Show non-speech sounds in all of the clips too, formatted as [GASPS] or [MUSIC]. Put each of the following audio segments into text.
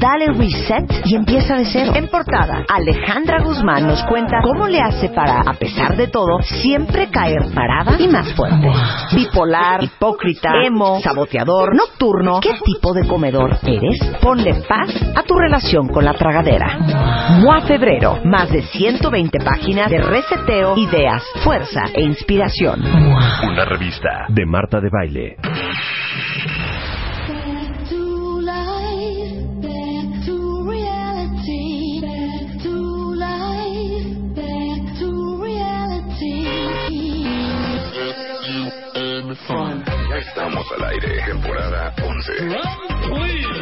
Dale reset y empieza de cero. En portada, Alejandra Guzmán nos cuenta cómo le hace para, a pesar de todo, siempre caer parada y más fuerte. Bipolar, hipócrita, emo, saboteador, nocturno. ¿Qué tipo de comedor eres? Ponle paz a tu relación con la tragadera. MOA Febrero, más de 120 páginas de reseteo, ideas, fuerza e inspiración. Una revista de Marta de Baile. Back to life, back to reality, back to life, back to reality. Ya estamos al aire, temporada 11.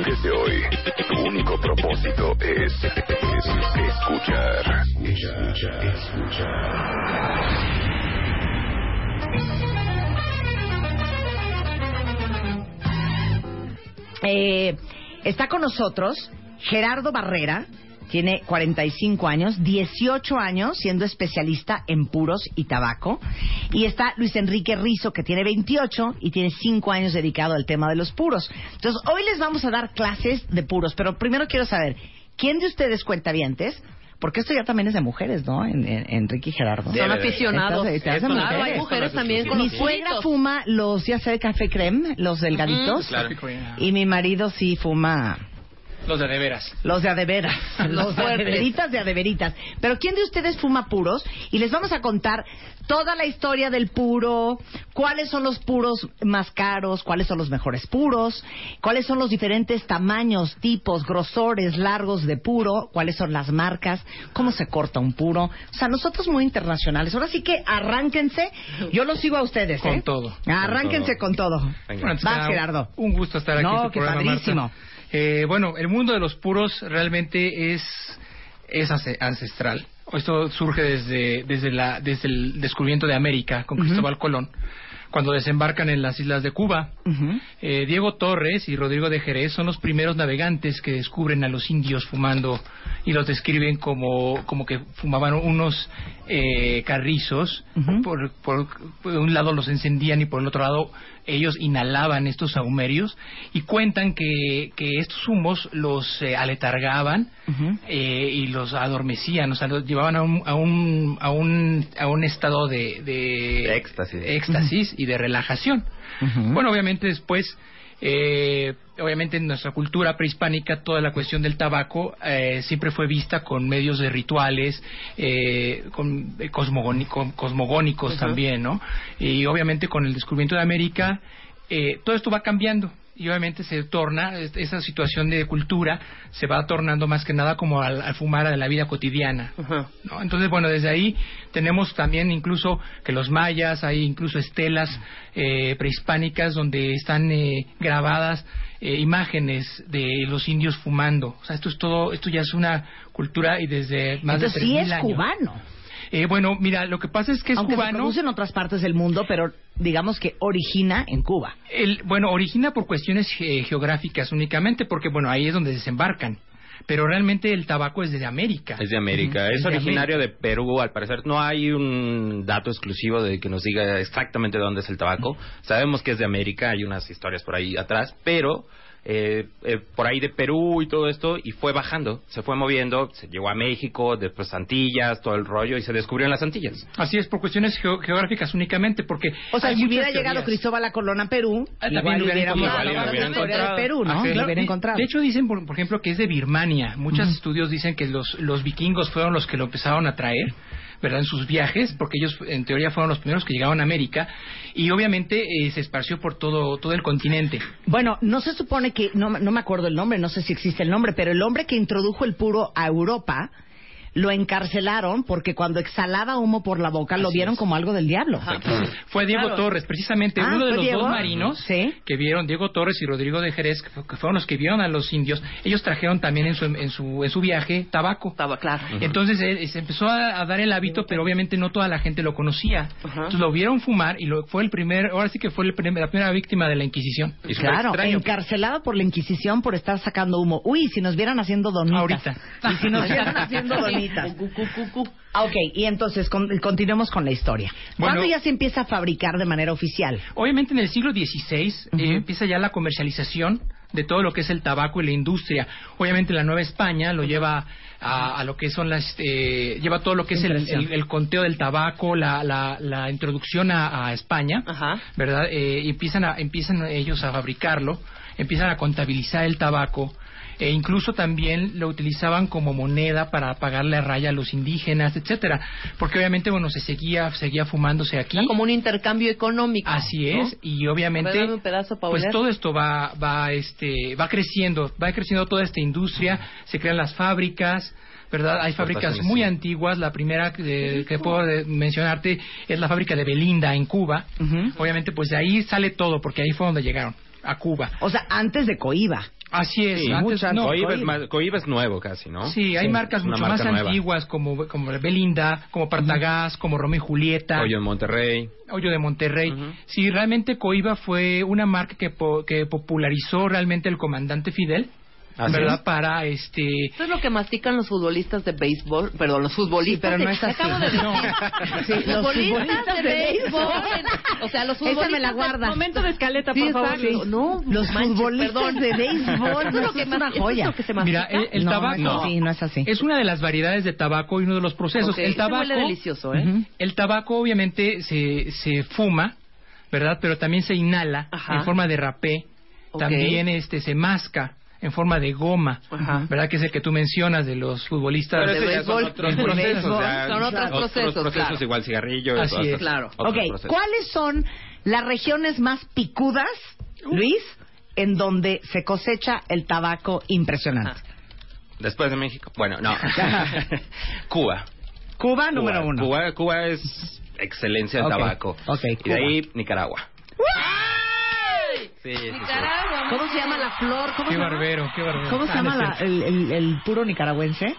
Desde hoy, tu único propósito es, es escuchar. Escuchar, escuchar. Eh, está con nosotros Gerardo Barrera, tiene 45 años, 18 años siendo especialista en puros y tabaco. Y está Luis Enrique Rizo, que tiene 28 y tiene 5 años dedicado al tema de los puros. Entonces, hoy les vamos a dar clases de puros, pero primero quiero saber, ¿quién de ustedes cuenta vientes? Porque esto ya también es de mujeres, ¿no? En, en- Enrique y Gerardo. Son aficionados. Entonces, se hace Claro, mujeres. hay mujeres también con Mi los suegra puritos. fuma los, ya sé, café creme, los delgaditos. Y mi marido sí fuma Los de de veras. los de [LAUGHS] adeveritas, los de fuertes. adeveritas de adeveritas. Pero ¿quién de ustedes fuma puros? Y les vamos a contar toda la historia del puro, cuáles son los puros más caros, cuáles son los mejores puros, cuáles son los diferentes tamaños, tipos, grosores, largos de puro, cuáles son las marcas, cómo se corta un puro. O sea, nosotros muy internacionales. Ahora sí que arránquense. Yo los sigo a ustedes. Con ¿eh? todo. Arránquense con todo. Bueno, antes que Vas, nada, Gerardo. Un gusto estar aquí. No, en tu qué programa, padrísimo. Marta. Eh, bueno, el mundo de los puros realmente es, es ance- ancestral. Esto surge desde, desde, la, desde el descubrimiento de América con Ujú. Cristóbal Colón, cuando desembarcan en las islas de Cuba. Ujú. Eh, Diego Torres y Rodrigo de Jerez son los primeros navegantes que descubren a los indios fumando y los describen como, como que fumaban unos eh, carrizos. Ujú. Por, por- por un lado los encendían y por el otro lado ellos inhalaban estos sahumerios y cuentan que, que estos humos los eh, aletargaban Ujú. eh, y los adormecían, o sea, los llevaban a un, a un, a un, a un estado de, de- De éxtasis. éxtasis y de relajación. Ujú. Bueno, obviamente después, eh, obviamente en nuestra cultura prehispánica, toda la cuestión del tabaco eh, siempre fue vista con medios de rituales, eh, con, eh, cosmogoni- con- cosmogónicos también, ¿no? Y obviamente con el descubrimiento de América, eh, todo esto va cambiando. Y obviamente se torna, es- esa situación de cultura se va tornando más que nada como al, al fumar a la vida cotidiana. ¿no? Entonces, bueno, desde ahí tenemos también incluso que los mayas, hay incluso estelas eh, prehispánicas donde están eh, grabadas eh, imágenes de los indios fumando. O sea, esto es todo, esto ya es una cultura y desde más Entonces de sí 3000 es años. cubano. Eh, bueno, mira, lo que pasa es que es Aunque se cubano. produce en otras partes del mundo, pero digamos que origina en Cuba. El- bueno, origina por cuestiones ge- geográficas únicamente, porque bueno, ahí es donde desembarcan. Pero realmente el tabaco es de América. Es de América, Ujú, es, es de originario de Perú, al parecer. No hay un dato exclusivo de que nos diga exactamente dónde es el tabaco. Sabemos que es de América, hay unas historias por ahí atrás, pero eh, eh, por ahí de Perú y todo esto, y fue bajando, se fue moviendo, se llegó a México, después Antillas, todo el rollo, y se descubrió en las Antillas. Así es, por cuestiones geo- geográficas únicamente, porque... O sea, hay si muchas hubiera llegado teorías. Cristóbal a Colón a Perú, Ah, también igual lo hubiera hubiéramos encontrado. hablado Igual lo de la hubiera historia de encontrado. Perú, ¿no? Ajá. Lo Claro, hubiera de- encontrado. De hecho, dicen, por, por ejemplo, que es de Birmania. Muchos estudios dicen que los, los vikingos fueron los que lo empezaron a traer, ¿verdad? En sus viajes, porque ellos, en teoría, fueron los primeros que llegaron a América. Y obviamente eh, se esparció por todo, todo el continente. Bueno, no se supone que, no, no me acuerdo el nombre, no sé si existe el nombre, pero el hombre que introdujo el puro a Europa lo encarcelaron porque cuando exhalaba humo por la boca lo Así vieron es. como algo del diablo. Fue Diego Claro. Torres, precisamente Ah, uno de ¿fue los Diego? dos marinos Sí. que vieron, Diego Torres y Rodrigo de Jerez, que fu- que fueron los que vieron a los indios. Ellos trajeron también en su, en su, en su viaje tabaco. claro. Entonces él- se empezó a, a dar el hábito, pero obviamente no toda la gente lo conocía. Entonces lo vieron fumar y lo, fue el primer, ahora sí que fue el primer- la primera víctima de la Inquisición. Y súper Claro, extraño. encarcelado por la Inquisición por estar sacando humo. Uy, si nos vieran haciendo donitas. Ahorita. [LAUGHS] Y si nos vieran haciendo Sí, bonitas. Ah, Ok, y entonces con- continuemos con la historia. ¿Cuándo Bueno- ya se empieza a fabricar de manera oficial? Obviamente en el siglo XVI eh, Ujú. empieza ya la comercialización de todo lo que es el tabaco y la industria. Obviamente la Nueva España lo lleva a, a lo que son las... eh, lleva todo lo que es el, el- el conteo del tabaco, la, la- la introducción a, a España, Ajá. ¿verdad? Eh, y empiezan, a- empiezan ellos a fabricarlo, empiezan a contabilizar el tabaco. E incluso también lo utilizaban como moneda para pagarle raya a los indígenas, etcétera, porque obviamente bueno se seguía seguía fumándose aquí. Como un intercambio económico. Así es, y obviamente Dame un pedazo pa' pues oler. todo esto va va este va creciendo, va creciendo toda esta industria, se crean las fábricas, ¿verdad? Hay fábricas Exportaciones, muy sí. antiguas, la primera que, que puedo eh, mencionarte es la fábrica de Belinda en Cuba. Obviamente pues de ahí sale todo porque ahí fue donde llegaron, a Cuba. O sea, antes de Coiba. Así es, Sí, antes muchas- no, Cohiba es Cohiba. más- Cohiba es nuevo casi, ¿no? Sí, hay marcas una mucho marca más nueva. antiguas como, como Belinda, como Partagás, como Romeo y Julieta. Hoyo en Monterrey. Hoyo de Monterrey. Ujú. Sí, realmente Coiba fue una marca que, po- que popularizó realmente el comandante Fidel, Así ¿verdad? es. Para este. Esto es lo que mastican los futbolistas de béisbol, perdón, los futbolistas. Sí, pero no de- es así. Acabo de decir. No. Sí, los futbolistas de O sea, los Esa futbolistas. me la guarda. Momento de escaleta, Sí, por exacto. favor. No, Los manches, futbolistas perdón. de béisbol, Esto es lo eso que es mas- una esto joya. lo que se Mira, mastica. el, el No, tabaco. no es así, no es así. Es una de las variedades de tabaco y uno de los procesos. Ok, El este tabaco. huele delicioso, ¿eh? Ujú. El tabaco, obviamente, se, se fuma, ¿verdad? Pero también se inhala Ajá. en forma de rapé. Ok. También este, se masca en forma de goma, Ajá. ¿verdad? Que es el que tú mencionas de los futbolistas. Pero de ese ya son béisbol, otros de procesos. béisbol, ya- son otros procesos, claro. igual cigarrillo. Así otros- es. Claro. otros ok, procesos. ¿cuáles son las regiones más picudas, Luis, en donde se cosecha el tabaco impresionante? Después de México. Bueno, [LAUGHS] no. Cuba. Cuba, Ah, número Cuba. uno. Cuba, Cuba es excelencia de Ok, tabaco. ok, y de Cuba. ahí, Nicaragua. Sí, sí, sí. ¿Cómo se llama la flor? ¿Cómo Qué se llama? barbero, qué barbero. ¿Cómo se Ah, llama no es la- el, el- el puro nicaragüense?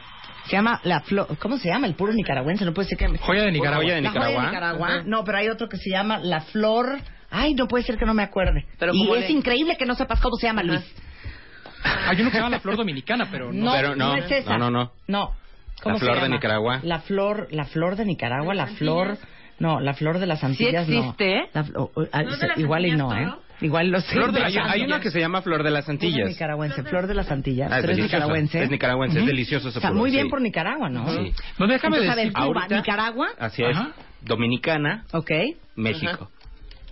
Se llama la flor. ¿Cómo se llama el puro nicaragüense? No puede ser que. Joya de Nicaragua. Joya de La joya de Nicaragua. Nicaragua. No, pero hay otro que se llama la flor. Ay, no puede ser que no me acuerde. Pero y ¿cómo es le- increíble que no sepas cómo se llama, Ajá. Luis. Hay uno que se llama la flor dominicana, pero no. No, pero no, no, es esa. no, no, no. No. La flor de Nicaragua. La flor, la flor de Nicaragua, la flor. No, la flor de las Antillas existe, ¿eh? no. La fl- o- o- ah, se- igual y no, ¿eh? Igual lo sé. Flor de- hay, inventando. hay una que se llama Flor de las Puro Antillas. nicaragüense, flor de las Antillas. Ah, es pero es delicioso. nicaragüense. Es nicaragüense, es Ujú. delicioso ese Está puro, muy bien sí. por Nicaragua, ¿no? Sí. Ah. No, déjame Entonces, a ver, decir. Cuba, Nicaragua. Así es. Ajá. Dominicana, Ok. México.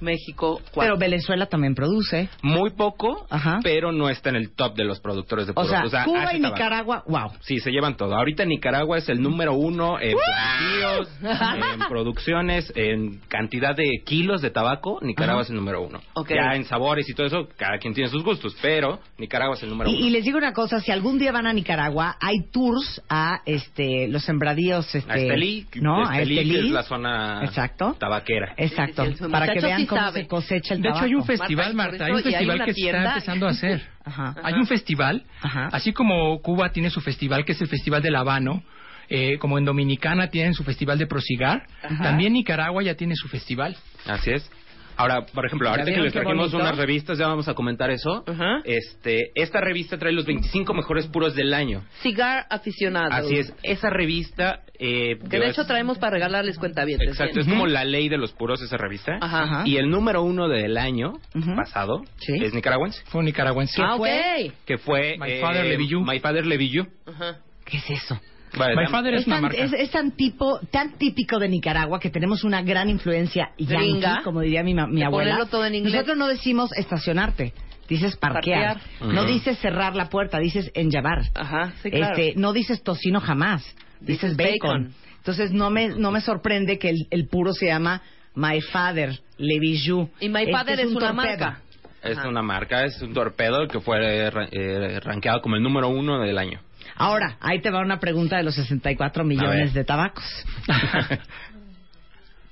México, ¿cuál? Pero Venezuela también produce. Muy poco, Ajá. pero no está en el top de los productores de O puros. sea, Cuba hace y tabaco. Nicaragua, wow. Sí, se llevan todo. Ahorita Nicaragua es el número uno en plantíos, [LAUGHS] en producciones, en cantidad de kilos de tabaco. Nicaragua es el número uno. Ok. Ya en sabores y todo eso, cada quien tiene sus gustos, pero Nicaragua es el número uno. Y, y les digo una cosa, si algún día van a Nicaragua, hay tours a este los sembradíos, este, A Estelí, no, a Estelí, que Estelí. es la zona Exacto. tabaquera. Exacto, Sí, sí, sí, el para que muchacho vean sí cómo sabe. se cosecha el De hecho, tabaco. hay un festival, Marta, Marta, y por hay un eso- y hay festival una que se está tienda. empezando a hacer. [LAUGHS] Ajá. Hay un festival, Ajá. así como Cuba tiene su festival, que es el Festival del Habano, eh, como en Dominicana tienen su festival de Prosigar, Ajá. también Nicaragua ya tiene su festival. Así es. Ahora, por ejemplo, ahorita que vieron les qué trajimos bonito? unas revistas, ya vamos a comentar eso. Ajá. Este, esta revista trae los 25 mejores puros del año. Cigar aficionado. Así es. Esa revista. Eh, Que digo, de hecho es- traemos para regalarles cuentavientes. ¿eh? Exacto, es como la ley de los puros esa revista. Ajá. Ajá. Y el número uno del año Ujú. pasado Sí. es nicaragüense, Fue un nicaragüense. Ah, ok. fue? que fue eh, My Father Le Bijou. My Father Le Bijou. Ajá. ¿Qué es eso? Vale, My dam- Father es, es, una tan, marca. es- es tan tipo, tan típico de Nicaragua que tenemos una gran influencia yankee, Gringa. como diría mi, ma- mi De abuela. ponerlo todo en inglés. Nosotros no decimos estacionarte, dices parquear. Parquear. No Ujú. dices cerrar la puerta, dices enllavar. Ajá, sí, claro. este, no dices tocino jamás, dices Dices bacon. bacon. Entonces no me no me sorprende que el, el puro se llama My Father Le Bijou. Y My Este Father es, un una torpedo. marca. Es Ajá. una marca, es un torpedo que fue eh, ra- eh, rankeado como el número uno del [LAUGHS] año. Ahora, ahí te va una pregunta de los 64 A millones ver. de tabacos.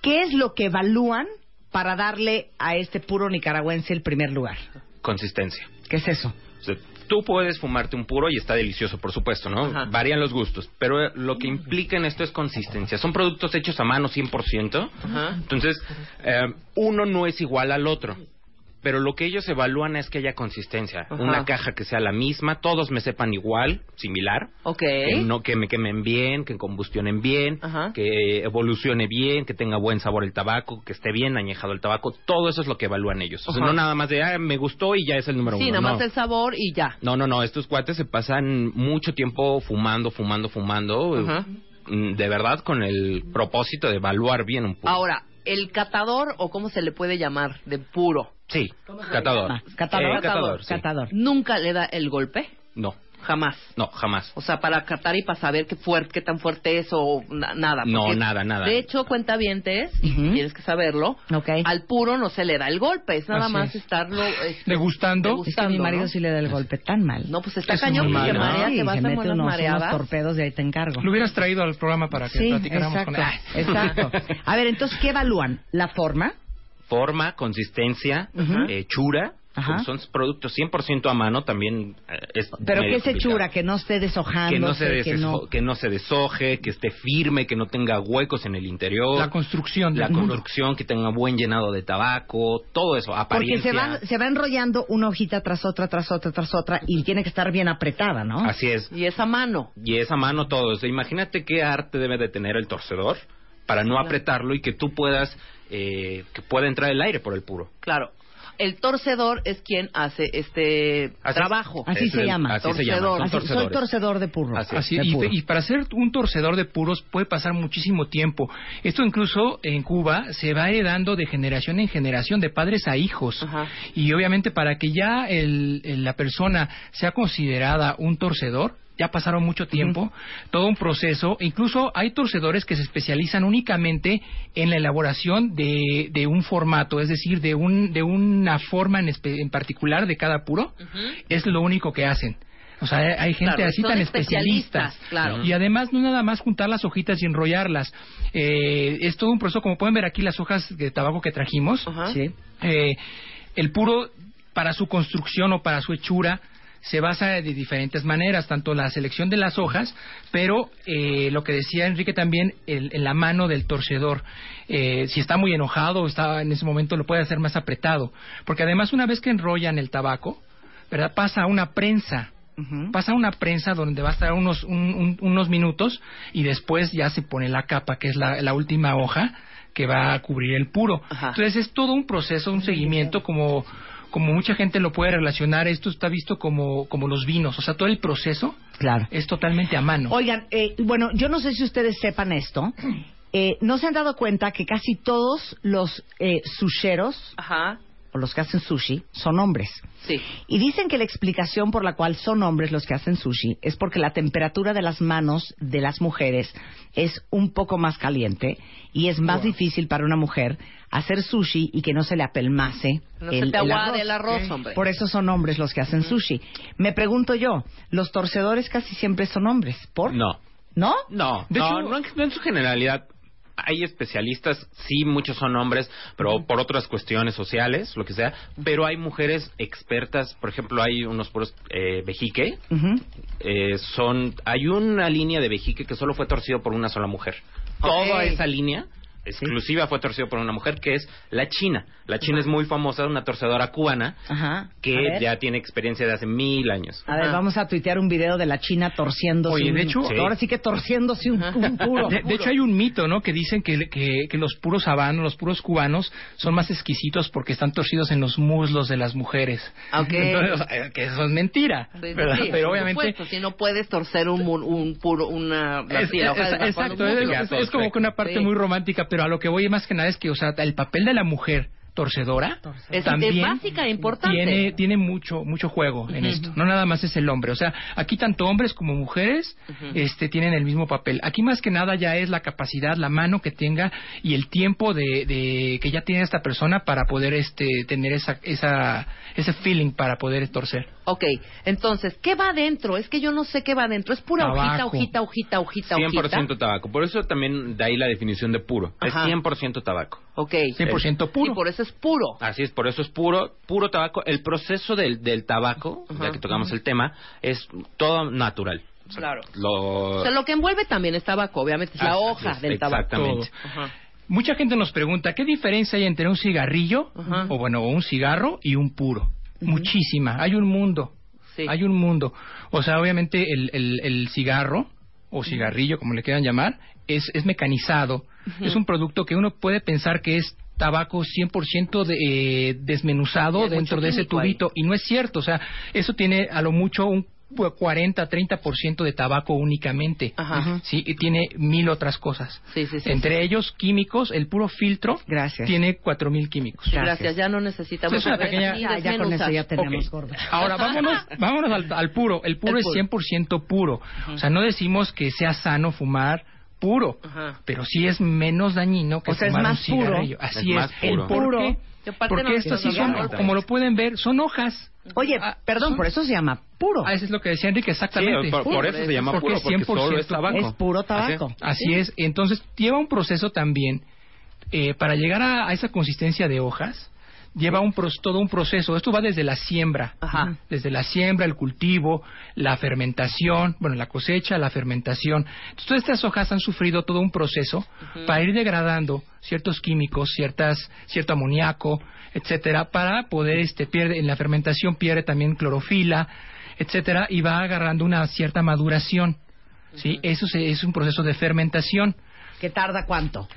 ¿Qué es lo que evalúan para darle a este puro nicaragüense el primer lugar? Consistencia. ¿Qué es eso? O sea, tú puedes fumarte un puro y está delicioso, por supuesto, ¿no? Ajá. Varían los gustos, pero lo que implica en esto es consistencia. Son productos hechos a mano 100%, Ajá. entonces eh, uno no es igual al otro. pero lo que ellos evalúan es que haya consistencia. Ajá. Una caja que sea la misma, todos me sepan igual, similar. Ok. Que, no, que me quemen bien, que combustionen bien, ¿Eh? Ajá. que evolucione bien, que tenga buen sabor el tabaco, que esté bien añejado el tabaco. Todo eso es lo que evalúan ellos. O sea, Ajá. no nada más de, ah, me gustó y ya es el número sí, uno. nada más no. el sabor y ya. no, no, no. Estos cuates se pasan mucho tiempo fumando, fumando, fumando. Ajá. mm, De verdad, con el propósito de evaluar bien un puro. Ahora, el catador o cómo se le puede llamar de puro, Sí, catador. llama? ¿Catador? Eh, catador, sí. Catador. nunca le da el golpe, No, jamás. no, jamás. O sea, para catar y para saber qué fuerte, qué tan fuerte es o na- nada. No, porque nada, nada. Eh. De hecho, cuenta vientes, Ujú. tienes que saberlo. Ok. Al puro no se le da el golpe, es nada Así más es. estarlo. este, Degustando. Es que mi ¿no? marido sí le da el golpe tan mal. No, pues está Es cañón muy porque malo. marea, Sí, te vas se a mete unas unos, unos mareadas. torpedos y ahí te encargo. Lo hubieras traído al programa para que Sí, platicáramos exacto, con él. exacto. A ver, entonces, ¿qué evalúan? ¿La forma? Forma, consistencia, Ujú. hechura. Ajá. como Son productos 100% a mano también. eh, es ¿Pero medio qué es complicado. hechura? Que no esté deshojando. Que no, se desesjo- que no se deshoje, que esté firme, que no tenga huecos en el [LAUGHS] interior. La construcción. del la muro. construcción, que tenga buen llenado de tabaco, todo eso, Porque apariencia. se va, se va enrollando una hojita tras otra, tras otra, tras otra, y tiene que estar bien apretada, ¿no? Así es. Y esa mano. Y esa mano todo eso. Imagínate qué arte debe de tener el torcedor para no apretarlo y que tú puedas, eh, que pueda entrar el aire por el puro. Claro. El torcedor es quien hace este Así- trabajo. Así Ese se es- llama. Así se llama. Torcedor. son Así, soy torcedores. torcedor de purro. Así Así, de y, puro. y para ser un torcedor de puros puede pasar muchísimo tiempo. Esto incluso en Cuba se va heredando de generación en generación, de padres a hijos. Ajá. Y obviamente para que ya el- el- la persona sea considerada un torcedor, ya pasaron mucho tiempo, todo un proceso. E Incluso hay torcedores que se especializan únicamente en la elaboración de, de un formato, es decir, de, un, de una forma en, espe- en particular de cada puro. Es lo único que hacen. O sea, hay- hay gente Claro, así son tan especialistas. especialistas, claro. Y además, no nada más juntar las hojitas y enrollarlas. Eh, es todo un proceso. Como pueden ver aquí, las hojas de tabaco que trajimos. Ajá. Sí. Eh, el puro, para su construcción o para su hechura, se basa de diferentes maneras, tanto la selección de las hojas, pero eh, lo que decía Enrique también, el, en la mano del torcedor. Eh, si está muy enojado o está en ese momento, lo puede hacer más apretado. Porque además, una vez que enrollan el tabaco, ¿verdad? pasa a una prensa Ujú. pasa una prensa donde va a estar unos, un- un- unos minutos y después ya se pone la capa, que es la, la última hoja que va a cubrir el puro. Ajá. Entonces es todo un proceso, un seguimiento como como mucha gente lo puede relacionar, esto está visto como, como los vinos, o sea, todo el proceso Claro. es totalmente a mano. Oigan, eh, bueno, yo no sé si ustedes sepan esto. Eh, ¿No se han dado cuenta que casi todos los eh, susheros, Ajá. o los que hacen sushi, son hombres? Sí. Y dicen que la explicación por la cual son hombres los que hacen sushi es porque la temperatura de las manos de las mujeres es un poco más caliente y es más Wow. difícil para una mujer hacer sushi y que no se le apelmace No el, se te el aguade el arroz. arroz, hombre. Por eso son hombres los que hacen sushi. Me pregunto yo, los torcedores casi siempre son hombres, ¿por? No. ¿No? No, De no, hecho- no en, no en su generalidad. Hay especialistas, sí, muchos son hombres, pero por otras cuestiones sociales, lo que sea. Pero hay mujeres expertas, por ejemplo, hay unos puros eh, vejique. Ujú. eh, son, hay una línea de vejique que solo fue torcido por una sola mujer. Toda Ok. esa línea exclusiva fue torcido por una mujer que es la China. La China es muy famosa, una torcedora cubana Ajá. A que ver. ya tiene experiencia de hace mil años. A ver, Ajá. vamos a tuitear un video de la China torciéndose. Oye, de un- hecho- ahora sí que torciéndose un, un [LAUGHS] puro. De, de hecho, hay un mito, ¿no? Que dicen que, que- que los puros habanos, los puros cubanos, son más exquisitos porque están torcidos en los muslos de las mujeres. Ah, [LAUGHS] Ok. Entonces, o sea, que eso es mentira. Sí, sí, ¿verdad? sí, Pero por obviamente. supuesto, si no puedes torcer un, mu- un puro, una. Es- sí, la hoja es- de tabaco, exacto, un es, muslo. es- es como que una parte Sí. muy romántica, pero a lo que voy más que nada es que, o sea, el papel de la mujer torcedora Es también básica, importante. tiene, tiene mucho, mucho juego en esto. No nada más es el hombre. O sea, aquí tanto hombres como mujeres este, tienen el mismo papel. Aquí más que nada ya es la capacidad, la mano que tenga y el tiempo de, de- que ya tiene esta persona para poder este, tener esa, esa, ese feeling para poder torcer. Ok, entonces, ¿qué va adentro? Es que yo no sé qué va adentro. Es pura hojita, Tabaco. hojita, hojita, hojita, hojita. 100% tabaco. Por eso también de ahí la definición de puro. Ajá. Es 100% tabaco. Ok. 100% puro. Y por eso es puro. Así es, por eso es puro, puro tabaco. El proceso del, del tabaco, ya que tocamos el tema, es todo natural. O sea, Claro. Lo... O sea, lo que envuelve también es tabaco, obviamente. Es la Así hoja es, del tabaco. Exactamente. Ajá. Mucha gente nos pregunta, ¿qué diferencia hay entre un cigarrillo, Ajá. o bueno, un cigarro y un puro? Muchísima. Hay un mundo. Sí. Hay un mundo. O sea, obviamente el, el- el cigarro o cigarrillo, como le quieran llamar, es, es mecanizado. Es un producto que uno puede pensar que es tabaco 100% de, eh, Y desmenuzado hay dentro mucho de ese químico ahí. tubito. Y no es cierto. O sea, eso tiene a lo mucho un 40-30% de tabaco únicamente. Ajá. Sí, y tiene mil otras cosas. Sí, sí, sí. Entre ellos químicos, el puro filtro Gracias. tiene 4000 químicos. Gracias. ya no necesitamos. Es una A ver, pequeña- aquí Ah, ya con eso desmenuza. ya tenemos Ok. gordo. Ahora vámonos, [LAUGHS] vámonos al, al puro. El puro El es puro. 100% puro. O sea, no decimos que sea sano fumar puro, Ajá. pero sí es menos dañino que O sea, es fumar más un puro. cigarrillo. Así Es es. más puro. ¿Por Puro. qué? Que aparte Porque no- estas sí no son, agarra. como lo pueden ver, son hojas. Oye, Ah, perdón, son- por eso se llama puro. Ah, eso es lo que decía Enrique, exactamente. Sí, por, por eso se llama Porque puro, es porque 100% solo es tabaco. es puro tabaco. Así es. Entonces, lleva un proceso también eh, para llegar a, a esa consistencia de hojas. Lleva un pros- todo un proceso. Esto va desde la siembra, Ajá. desde la siembra, el cultivo, la fermentación, bueno, la cosecha, la fermentación. Entonces, todas estas hojas han sufrido todo un proceso para ir degradando ciertos químicos, ciertas, cierto amoníaco, etcétera, para poder este pierde en la fermentación pierde también clorofila, etcétera, y va agarrando una cierta maduración. Sí, eso se- es un proceso de fermentación. ¿Que tarda cuánto?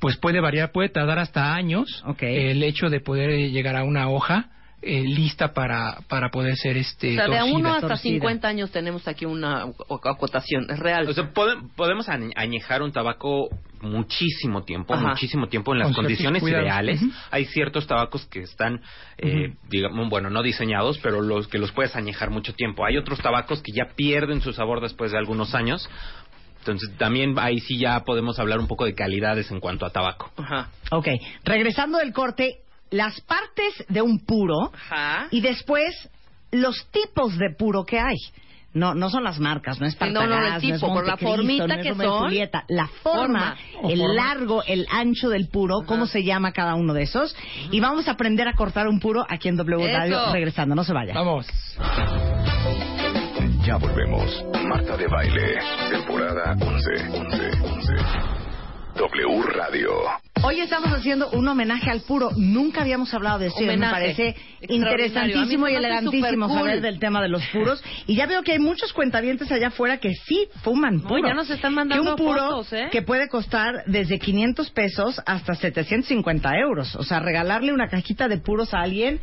Pues puede variar, puede tardar hasta años Ok. el hecho de poder eh, llegar a una hoja eh, lista para, para poder ser este O sea, de a torcida. uno hasta torcida. 50 años tenemos aquí una o- o- acotación. Es real. O sea, pode- podemos añ- añejar un tabaco muchísimo tiempo, Ajá. muchísimo tiempo en las Con ciertos condiciones cuidados. ideales. Ujú. Hay ciertos tabacos que están, eh, digamos, bueno, no diseñados, pero los que los puedes añejar mucho tiempo. Hay otros tabacos que ya pierden su sabor después de algunos años. Entonces, también ahí sí ya podemos hablar un poco de calidades en cuanto a tabaco. Ajá. Ok, regresando del corte, las partes de un puro Ajá. y después los tipos de puro que hay. No, no son las marcas, no es Sí, no, no, el Partagás, no, es tipo, por la Montecristo, formita no es que Romeo y son. Julieta. La forma, Forma. el O forma. largo, el ancho del puro, cómo se llama cada uno de esos. Y vamos a aprender a cortar un puro aquí en W Radio Eso. regresando, no se vaya. Vamos. Ya volvemos. Marta de Baile, temporada 11, 11, 11. W Radio. Hoy estamos haciendo un homenaje al puro. Nunca habíamos hablado de eso y me Homenaje. parece Extraordinario. interesantísimo A mí y se me hace elegantísimo supercool. saber del tema de los puros. Y ya veo que hay muchos cuentavientes allá afuera que sí fuman No, puro. ya nos están mandando Que un puro fotos, ¿eh? que puede costar desde 500 pesos hasta 750 euros. O sea, regalarle una cajita de puros a alguien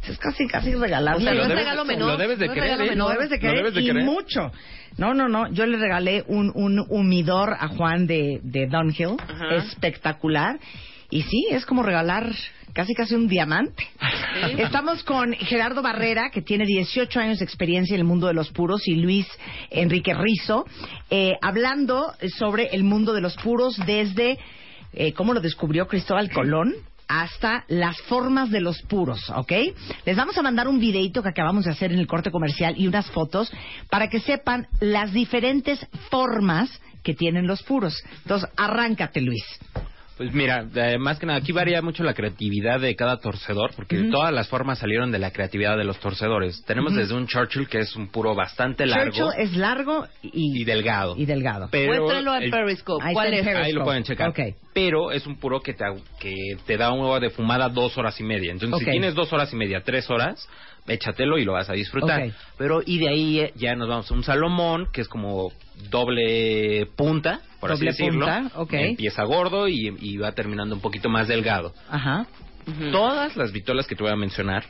pues, es casi, casi regalarle. O sea, algo. no es regalo menor, lo debes de no es creer. regalo ¿eh? menor. No debes de querer Lo debes de y creer. mucho. No, no, no. Yo le regalé un, un humidor a Juan de, de Dunhill. Ajá. Espectacular. Y sí, es como regalar casi casi un diamante. Estamos con Gerardo Barrera, que tiene 18 años de experiencia en el mundo de los puros, y Luis Enrique Rizo, eh, hablando sobre el mundo de los puros desde eh, cómo lo descubrió Cristóbal Colón hasta las formas de los puros, ¿ok? Les vamos a mandar un videito que acabamos de hacer en el corte comercial y unas fotos para que sepan las diferentes formas que tienen los puros. Entonces, arráncate, Luis. Pues mira, eh, más que nada, aquí varía mucho la creatividad de cada torcedor, porque todas las formas salieron de la creatividad de los torcedores. Tenemos desde un Churchill que es un puro bastante largo Churchill es largo y, y delgado. y delgado. Pero Muéstralo en el- Periscope. Ahí ¿Cuál está en es? Periscope. Ahí lo pueden checar. Ok. Pero es un puro que te, que te da una de fumada dos horas y media. Entonces, Ok. si tienes dos horas y media, tres horas, échatelo y lo vas a disfrutar. Ok. Pero, y de ahí eh, ya nos vamos a un salomón, que es como doble punta, por Doble así decirlo. punta, ok. Empieza gordo y, y va terminando un poquito más delgado. Ajá. Todas las vitolas que te voy a mencionar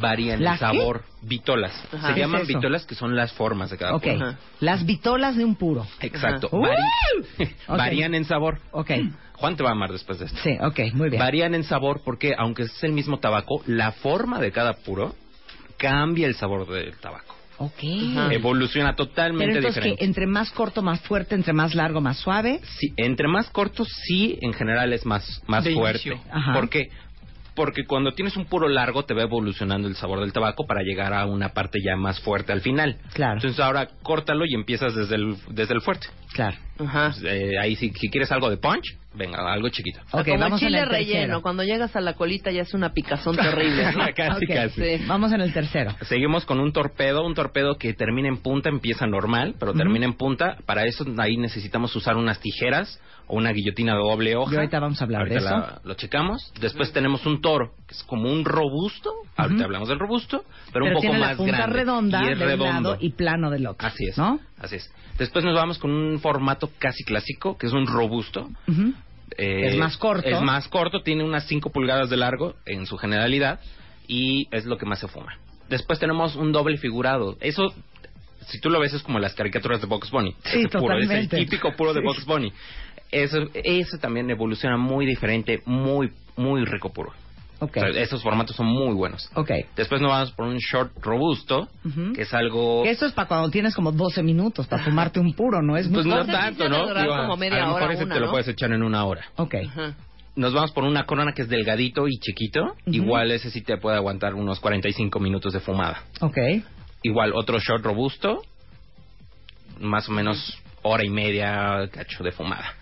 varían Mm. ¿Las en sabor. Vitolas. Ajá. Se ¿Qué llaman es eso? vitolas que son las formas de cada Ok. puro. Ajá. Las vitolas de un puro. Exacto. Ajá. Vari- [LAUGHS] ¡Uh! Varían en sabor. Ok. Juan te va a amar después de esto. Sí, ok, muy bien. Varían en sabor porque, aunque es el mismo tabaco, la forma de cada puro cambia el sabor del tabaco. Ok. Ajá. Evoluciona Ah. Pero totalmente entonces que diferente. entre más corto, más fuerte, entre más largo, más suave. Sí, entre más corto, sí, en general es más, más De fuerte. inicio. Ajá. ¿Por qué? Porque cuando tienes un puro largo, te va evolucionando el sabor del tabaco para llegar a una parte ya más fuerte al final. Claro. Entonces ahora córtalo y empiezas desde el, desde el fuerte. Claro. Ajá. Eh, ahí si, si quieres algo de punch, venga, algo chiquito. O sea, Ok, como el vamos a chile la tercera. relleno, cuando llegas a la colita ya es una picazón terrible. ¿no? Casi, Ok, casi. Sí. Vamos en el tercero. Seguimos con un torpedo, un torpedo que termina en punta, empieza normal, pero termina en punta. Para eso ahí necesitamos usar unas tijeras o una guillotina de doble hoja. Y ahorita vamos a hablar de Ahorita eso. la- lo checamos. Después tenemos un toro, que es como un robusto. Ahorita hablamos del robusto, pero, un poco tiene más la punta grande. redonda y de es un redondo. lado y plano del otro. Así es. ¿No? Así es. Después nos vamos con un formato casi clásico, que es un robusto. Ujú. Eh, Es más corto. Es más corto, tiene unas 5 pulgadas de largo en su generalidad y es lo que más se fuma. Después tenemos un doble figurado. Eso, si tú lo ves, es como las caricaturas de Box Bunny. Sí, Ese [LAUGHS] puro, es el totalmente. típico puro de Sí. Box Bunny. Eso, eso también evoluciona muy diferente, muy, muy rico puro. Ok. O sea, esos formatos son muy buenos. Ok. Después nos vamos por un short robusto, Ujú. que es algo... Eso es para cuando tienes como 12 minutos para fumarte un puro, ¿no? Es pues muy no corto. Entonces, sí tanto, se ¿no? va a durar Digo, como media a lo mejor hora, ese una, te lo ¿no? puedes echar en una hora. Ok. Ajá. Nos vamos por una corona que es delgadito y chiquito. Igual ese sí te puede aguantar unos 45 minutos de fumada. Ok. Igual otro short robusto, más o menos hora y media cacho de fumada.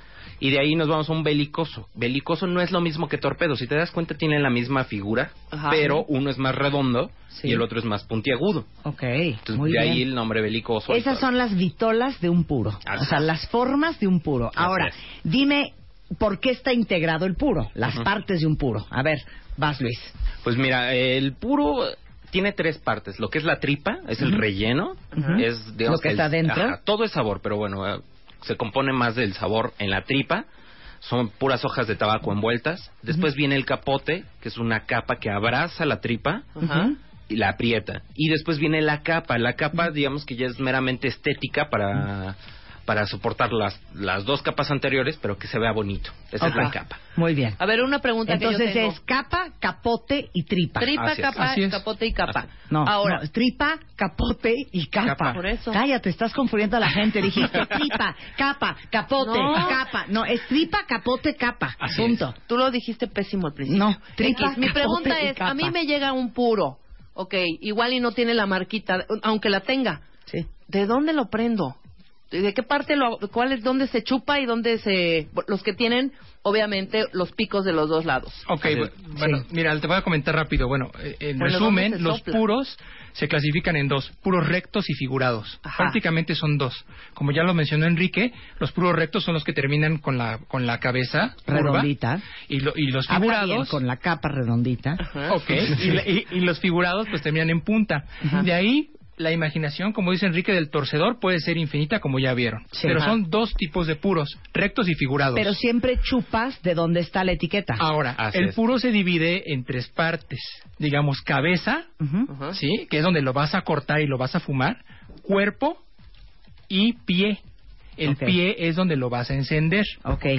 Y de ahí nos vamos a un belicoso. Belicoso no es lo mismo que torpedo. Si te das cuenta, tienen la misma figura, Ajá. pero uno es más redondo Sí. y el otro es más puntiagudo. Ok. Entonces, muy de bien. ahí el nombre belicoso. Esas son las vitolas de un puro. Así o sea, es. las formas de un puro. Ahora, es. dime por qué está integrado el puro, las Ujú. partes de un puro. A ver, vas Luis. Pues mira, el puro tiene tres partes. Lo que es la tripa, es el relleno, Ujú. es digamos, Lo que el- está adentro. ajá, todo es sabor, pero bueno, eh, se compone más del sabor en la tripa. Son puras hojas de tabaco envueltas. Después viene el capote, que es una capa que abraza la tripa Ajá. Ujú. y la aprieta. Y después viene la capa. La capa, digamos que ya es meramente estética para, para soportar las, las dos capas anteriores, pero que se vea bonito. Esa es la Ajá. capa. Muy bien. A ver, una Ah, pregunta Entonces que yo tengo. es capa, capote y tripa. Tripa, Así es. capa, Así es. capote y capa. No, Ahora, no, es tripa, capote y capa. Capa. Por eso. Cállate, estás confundiendo a la gente. [LAUGHS] Dijiste tripa, capa, capote, No. capa. No, es tripa, capote, capa. Así es. punto. tú lo dijiste pésimo al principio. No, tripa, X, Mi capote pregunta y es, capa. a mí me llega un puro, ok, igual y no tiene la marquita, aunque la tenga, Sí. ¿de dónde lo prendo? ¿De qué parte lo, cuál es, dónde se chupa y dónde se, los que tienen, obviamente, los picos de los dos lados? Ok, Así bu- es. bueno, Sí. mira, te voy a comentar rápido. Bueno, eh, en Bueno, ¿dónde resumen, se los sopla? puros se clasifican en dos, puros rectos y figurados. Ajá. Prácticamente son dos. Como ya lo mencionó Enrique, los puros rectos son los que terminan con la, con la cabeza curva, Redondita. y, lo- y los Habla bien figurados... con la capa redondita. Ajá. Ok, y, la- y- y los figurados pues terminan en punta. De ahí la imaginación, como dice Enrique, del torcedor puede ser infinita, como ya vieron. Sí. Pero Ajá. son dos tipos de puros, rectos y figurados. Pero siempre chupas de donde está la etiqueta. Ahora, Así el es. puro se divide en tres partes. Digamos, cabeza, Ujú. Ajá. ¿sí? Que es donde lo vas a cortar y lo vas a fumar. Cuerpo y pie. El Ok. pie es donde lo vas a encender. ok, cabeza,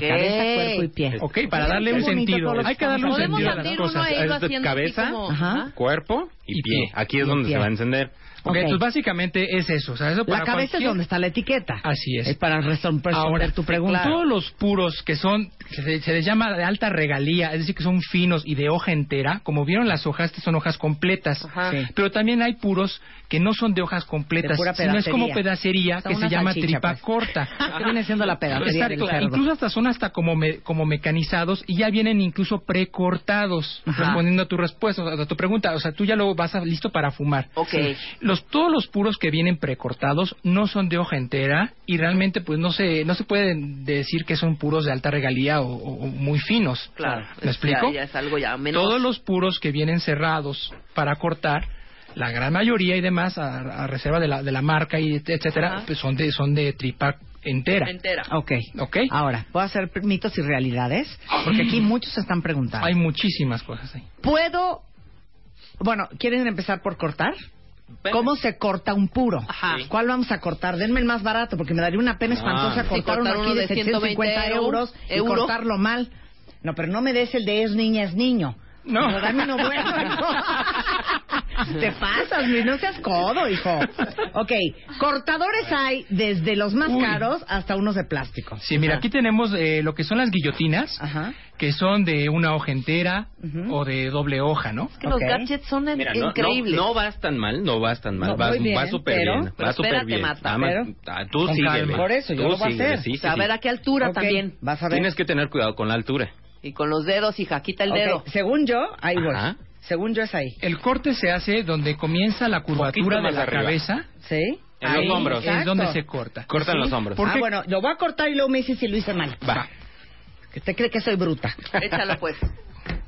cuerpo y pie. Ok, para Ay, darle qué un bonito sentido. todo lo que Hay que darle un estamos Podemos sentido a las abrir uno cosas. ahí Es de haciendo así cabeza. como- Ajá. Cuerpo y, Y pie. pie. Aquí es Y donde pie. se va a encender. Ok, Ok. entonces básicamente es eso. O sea, eso La para cabeza es cualquier- donde está la etiqueta. Así es. Es para resolver Ahora, tu pregunta. Todos los puros que son, que se, se les llama de alta regalía, es decir, que son finos y de hoja entera, como vieron las hojas, estas son hojas completas. Ajá. Sí. Pero también hay puros que no son de hojas completas, De pura sino es como pedacería. pedacería O sea, que se una llama salchicha, tripa pues. [LAUGHS] corta. Que viene siendo la pedacería del Exacto, cerdo. incluso hasta son hasta como me- como mecanizados y ya vienen incluso precortados, Ajá. respondiendo a tu respuesta, a tu pregunta, o sea, tú ya lo vas a, listo para fumar. Ok. Los, todos los puros que vienen precortados no son de hoja entera y realmente pues no se, no se pueden decir que son puros de alta regalía o, o- o muy finos. Claro. ¿Me explico? Ya, ya es algo ya menos. Todos los puros que vienen cerrados para cortar, la gran mayoría y demás, a, a reserva de la, de la marca y et- etcétera, Ajá. pues son de, son de tripa entera. entera. Ok. ¿Ok? Ahora, voy a hacer mitos y realidades, porque aquí muchos se están preguntando. Hay muchísimas cosas ahí. ¿Puedo...? Bueno, ¿quieren empezar por cortar? ¿Cómo se corta un puro? Ajá. Sí. ¿Cuál vamos a cortar? Denme el más barato, porque me daría una pena espantosa Ah. cortar, Sí, cortar uno aquí uno de de 750 120 euros y euro. cortarlo mal. No, pero no me des el de es niña, es niño. No. Pero dame uno bueno. ¿no? Te pasas, Luis, no seas codo, hijo. Ok, cortadores hay desde los más Uy. caros hasta unos de plástico. Sí, mira, aquí tenemos eh, lo que son las guillotinas, Ajá. que son de una hoja entera o de doble hoja, ¿no? que Ok. los gadgets son en- Mira, no- increíbles. No, no vas tan mal, no vas tan mal. No, vas muy bien, vas súper pero- bien. pero Vas súper espérate, bien. Marta, Nada más, pero- ah, tú Con síguele. calma. Por eso, yo Tú lo voy a síguele, hacer. sí, O sí, sea, a sí. ver a qué altura Ok, también. Vas a ver. Tienes que tener cuidado con la altura. Y con los dedos, hija, quita el Ok, dedo. Según yo, ahí voy. Ajá. Según yo es ahí. El corte se hace donde comienza la curvatura Poquito de más la arriba. cabeza. ¿Sí. En Ahí, los hombros. exacto. Es donde se corta. Cortan los hombros. ¿Por Ah, qué? bueno, lo voy a cortar y luego me dices si lo hice mal. Va. Que usted cree que soy bruta. Échalo pues.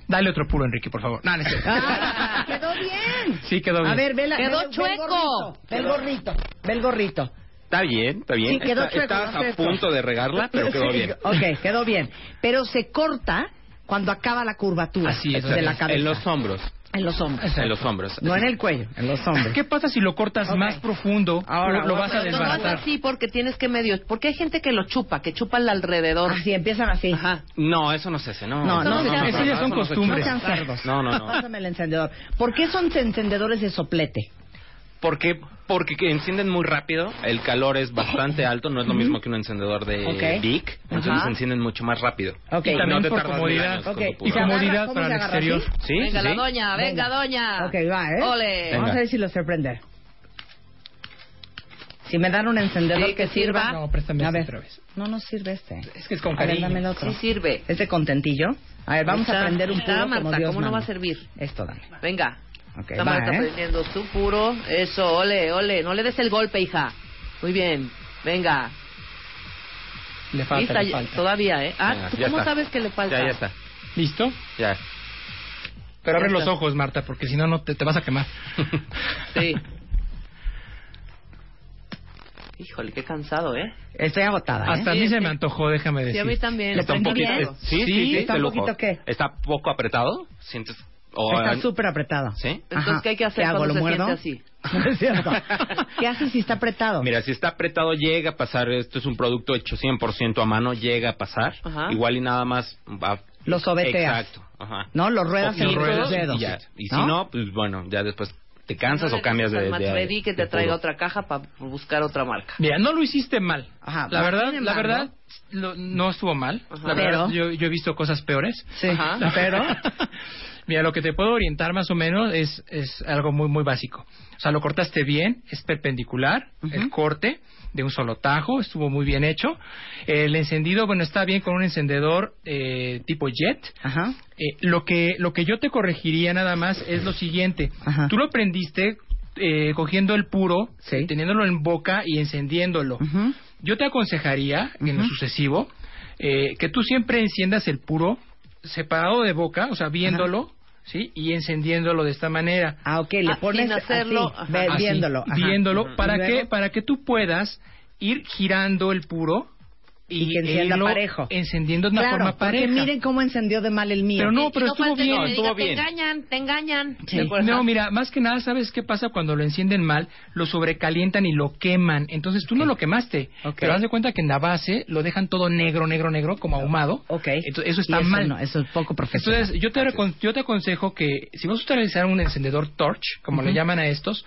Dale otro puro, Enrique, por favor. No, no es cierto. Ah, quedó bien. Sí, quedó bien. A ver, vela. Quedó ve- ve el chueco. gorrito, Ve el gorrito. Ve el gorrito. Está bien, está bien. Sí, quedó Está- chueco, Estabas no a sé esto. punto de regarla, [LAUGHS] pero quedó Sí, bien. Ok, quedó bien. Pero se corta cuando acaba la curvatura Así es, de la cabeza. En los hombros. En los hombros. En los hombros. No en el cuello, en los hombros. ¿Qué pasa si lo cortas Ok. más profundo? Ahora, lo, lo vas a ahora, Pero no es desbaratar. así porque tienes que medio. Porque hay gente que lo chupa, que chupa al alrededor. Ah, Así empiezan así. Ajá. No, eso no se hace, no. No, Eso no, no, eso no, ya son eso no se costumbres. No sean chupa. cerdos. No, no, no. Pásame el encendedor. ¿Por qué son encendedores de soplete? ¿Por qué? Porque que encienden muy rápido, el calor es [LAUGHS] bastante alto, no es lo mismo que un encendedor de Ok. Bic, entonces Ajá. encienden mucho más rápido. Ok. Y también No te por tardas comodidad. mil años con Ok. tu Y ¿Se puro. agarra? comodidad ¿Cómo para el se agarra exterior. así? Sí, venga la sí. doña, venga, doña. Ok, va, ¿eh? Ah, Ole. Venga. Vamos a ver si lo sé prender. Si me dan un encendedor Sí, que, que sirva. sirva. No, préstame a este ver. otra vez. No, no sirve este. Es que es con A ver, cariño. dame el otro. Sí sirve. ¿Este contentillo? A ver, vamos Ahí a está. prender un Ahí está, puro como Marta, Dios ¿cómo no manda. va a servir? Esto, dame. Venga. Ok, Está va, Marta ¿eh? prendiendo su puro. Eso, ole, ole. No le des el golpe, hija. Muy bien. Venga. Le falta, Lista le ya- falta. todavía, ¿eh? Ah, Venga, ¿tú ya ¿cómo está. sabes que le falta? Ya, ya está. ¿Listo? Ya. Pero abre Ya los está. ojos, Marta, porque si no, no te, te vas a quemar. Sí. Híjole, qué cansado, ¿eh? Estoy agotada. ¿eh? Hasta a Sí, mí se sí. me antojó, déjame decir. Sí, a mí también. Está un prendí poquito. bien? Sí, sí, sí, ¿Está de un lujo. poquito qué? Está poco apretado, sientes o- Está súper apretado. ¿Sí? Entonces, Ajá. ¿qué hay que hacer ¿Qué hago, lo cuando se muerdo? siente [LAUGHS] así? No es [LAUGHS] cierto. ¿Qué haces si está apretado? Mira, si está apretado llega a pasar, esto es un producto hecho 100% a mano, llega a pasar, Ajá. igual y nada más va- Lo sobeteas. Exacto, ajá. ¿No? Lo ruedas en Poquito, los dedos. Y, ya. Y ¿No? si no, pues bueno, ya después te cansas No le o cambias dices de, pues, al de, Max Ready que de te traiga puro. otra caja para buscar otra marca. Mira, no lo hiciste mal. Ajá, la va. verdad, Sin la embargo. verdad, lo- no estuvo mal. Ajá. La verdad, Pero- yo, yo he visto cosas peores. Sí. Ajá. Pero, [LAUGHS] mira, lo que te puedo orientar más o menos es, es algo muy, muy básico. O sea, lo cortaste bien, es perpendicular, el corte de un solo tajo, estuvo muy bien hecho. El encendido, bueno, está bien con un encendedor eh, tipo jet. Ajá. Eh, lo que lo que yo te corregiría nada más es lo siguiente. Ajá. Tú lo prendiste eh, cogiendo el puro, Sí. teniéndolo en boca y encendiéndolo. Ujú. Yo te aconsejaría, en lo Ujú. sucesivo, eh, que tú siempre enciendas el puro separado de boca, o sea, viéndolo, ¿sí? Y encendiéndolo de esta manera. Ah, ok, le Ah, pones sin hacerlo, así, ve- Así, ajá. Ah, viéndolo. ajá. Viéndolo, Ujú. ¿Y para, luego? que, para que tú puedas ir girando el puro y, Y que encienda e irlo parejo. Encendiendo de una Claro, forma porque pareja. miren cómo encendió de mal el mío. Pero no, Y pero estuvo falta el que bien, me estuvo diga, bien. Te engañan, te engañan. Sí. ¿Te acuerdas? No, mira, más que nada, ¿sabes qué pasa cuando lo encienden mal? Lo sobrecalientan y lo queman. Entonces tú no lo quemaste. Ok. Pero haz de cuenta que en la base lo dejan todo negro, negro, negro, como ahumado. Ok. Entonces, eso Y está mal. no, eso es poco profesional. Entonces, yo te, recon- yo te aconsejo que si vas a utilizar un encendedor torch, como le llaman a estos,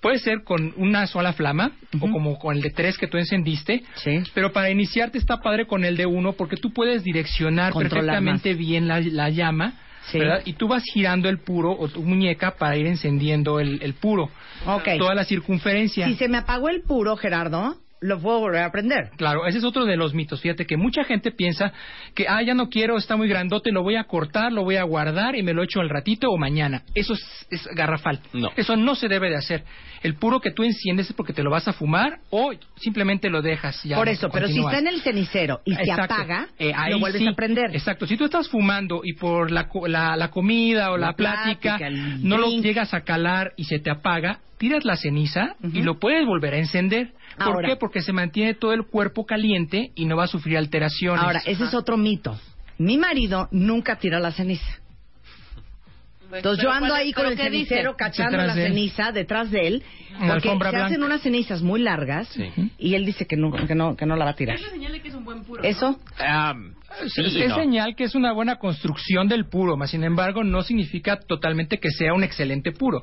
puede ser con una sola flama o como con el de tres que tú encendiste. Sí. Pero para iniciarte está padre con el de uno porque tú puedes direccionar Controlar perfectamente bien la, la llama. Sí. ¿verdad? Y tú vas girando el puro o tu muñeca para ir encendiendo el, el puro. Ok. Toda la circunferencia. Si se me apagó el puro, Gerardo, lo puedo volver a prender. Claro, ese es otro de los mitos. Fíjate que mucha gente piensa que, ah, ya no quiero, está muy grandote, lo voy a cortar, lo voy a guardar y me lo echo al ratito o mañana. Eso es, es garrafal. No. Eso no se debe de hacer. El puro que tú enciendes es porque te lo vas a fumar o simplemente lo dejas. y Ya Por no eso, pero si continúas. está en el cenicero y se Exacto. apaga, Eh, ahí lo vuelves sí. a prender. Exacto. Si tú estás fumando y por la, co- la, la comida o La la, plática, plática, el no lo drink. llegas a calar y se te apaga, tiras la ceniza y Ujú. lo puedes volver a encender. ¿Por Ahora. qué? Porque se mantiene todo el cuerpo caliente y no va a sufrir alteraciones. Ahora, ese es otro mito. Mi marido nunca tira la ceniza. Entonces Pues, Pero yo ando ¿cuál- ahí con pero el qué cenicero dice? cachando Detrás la de él. ceniza detrás de él, Una porque se alfombra hacen blanca. unas cenizas muy largas Sí. y él dice que no, que no, que no la va a tirar. Eso, Ah, sí es y es no. señal que es una buena construcción del puro, mas sin embargo no significa totalmente que sea un excelente puro.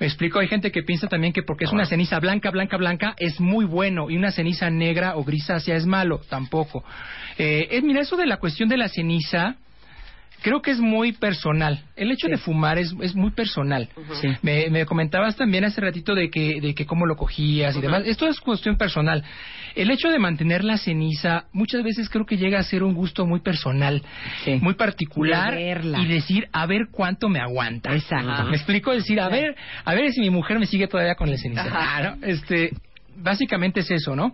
Me explico, hay gente que piensa también que porque es una ceniza blanca, blanca, blanca, es muy bueno y una ceniza negra o grisácea es malo, tampoco. Eh, eh, mira, eso de la cuestión de la ceniza, creo que es muy personal. El hecho de fumar es, es muy personal. me, me comentabas también hace ratito de que, de que cómo lo cogías y demás. Esto es cuestión personal. El hecho de mantener la ceniza muchas veces creo que llega a ser un gusto muy personal, Sí. muy particular De verla. y decir, a ver cuánto me aguanta. Exacto. Me explico, decir, a ver, a ver si mi mujer me sigue todavía con la ceniza. Ah, ¿no? Este, básicamente es eso, ¿no?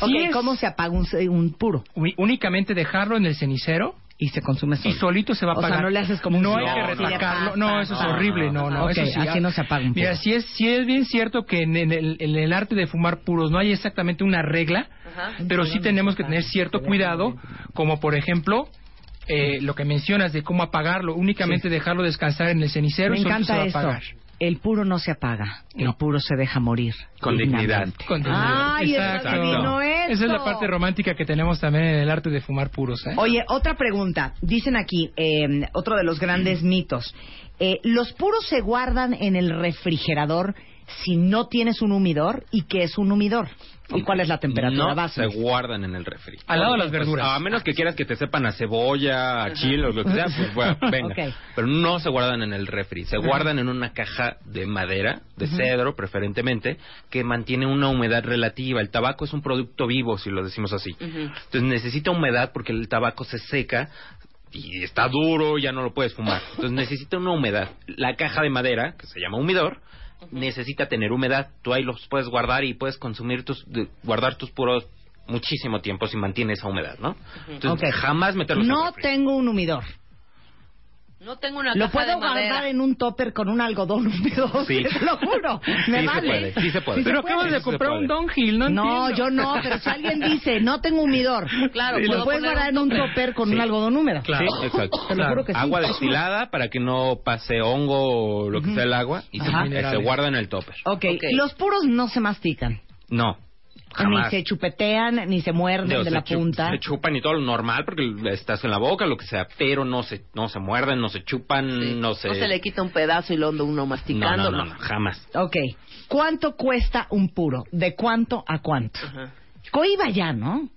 Sí Ok, es ¿Cómo se apaga un, ce- un puro? uni- únicamente dejarlo en el cenicero Y se consume solo. y solito se va a O sea, apagar. no le haces como un No hay no, que ni de retacarlo. pasta, No, eso es no, horrible. No, no. Ah, Ok, eso sí, así no se apaga un Mira, puro. sí es, sí es bien cierto que en, en el, en el arte de fumar puros no hay exactamente una regla, pero sí tenemos que tener cierto cuidado, como por ejemplo... eh, lo que mencionas de cómo apagarlo, únicamente dejarlo descansar en el cenicero Me y solito se va encanta a eso. apagar. El puro no se apaga. El No. puro se deja morir. Con dignidad. dignamente. Con ¡Ay, está Exacto. divino Esa es eso! la parte romántica que tenemos también en el arte de fumar puros. ¿eh? Oye, otra pregunta. Dicen aquí, eh, otro de los grandes mitos. Eh, ¿Los puros se guardan en el refrigerador si no tienes un humidor? ¿Y qué es un humidor? ¿Y cuál es la temperatura no base? se guardan en el refri. Al lado de las Pues, verduras. a menos que quieras que te sepan a cebolla, a chile o lo que sea, pues bueno, venga. Ok. Pero no se guardan en el refri. Se guardan en una caja de madera, de cedro preferentemente, que mantiene una humedad relativa. El tabaco es un producto vivo, si lo decimos así. Entonces necesita humedad porque el tabaco se seca y está duro, ya no lo puedes fumar. Entonces necesita una humedad. La caja de madera, que se llama humidor, necesita tener humedad. Tú ahí los puedes guardar y puedes consumir tus, de- guardar tus puros muchísimo tiempo si mantienes esa humedad, ¿no? Entonces Ok. jamás meterlos en No refri. tengo un humidor. No tengo una Lo caja de puedo madera. guardar en un topper con un algodón húmedo. [LAUGHS] Sí. Lo juro. Me Sí se vale. puede, sí se puede. Sí Pero puede. acabas Sí de se comprar puede. un Don Hill, ¿no? No, entiendo. yo no, pero si alguien dice, no tengo humidor, Claro, lo puedo puedes poner guardar en un un topper. topper con Sí. un algodón húmedo. Claro. Sí, exacto. Te lo juro que sí. Agua destilada para que no pase hongo o lo que sea el agua y se, Ajá. eh, se guarda en el topper. ok, los puros no se mastican. No. Ni Jamás. se chupetean, ni se muerden Digo, de se la chu- punta. Se chupan y todo lo normal porque estás en la boca, lo que sea, pero no se, no se muerden, no se chupan, Sí. Mm, no se... le quita un pedazo y lo anda uno no, masticando. no, no, no, jamás. Ok. ¿Cuánto cuesta un puro? ¿De cuánto a cuánto? Ajá. Coiba ya, ¿no?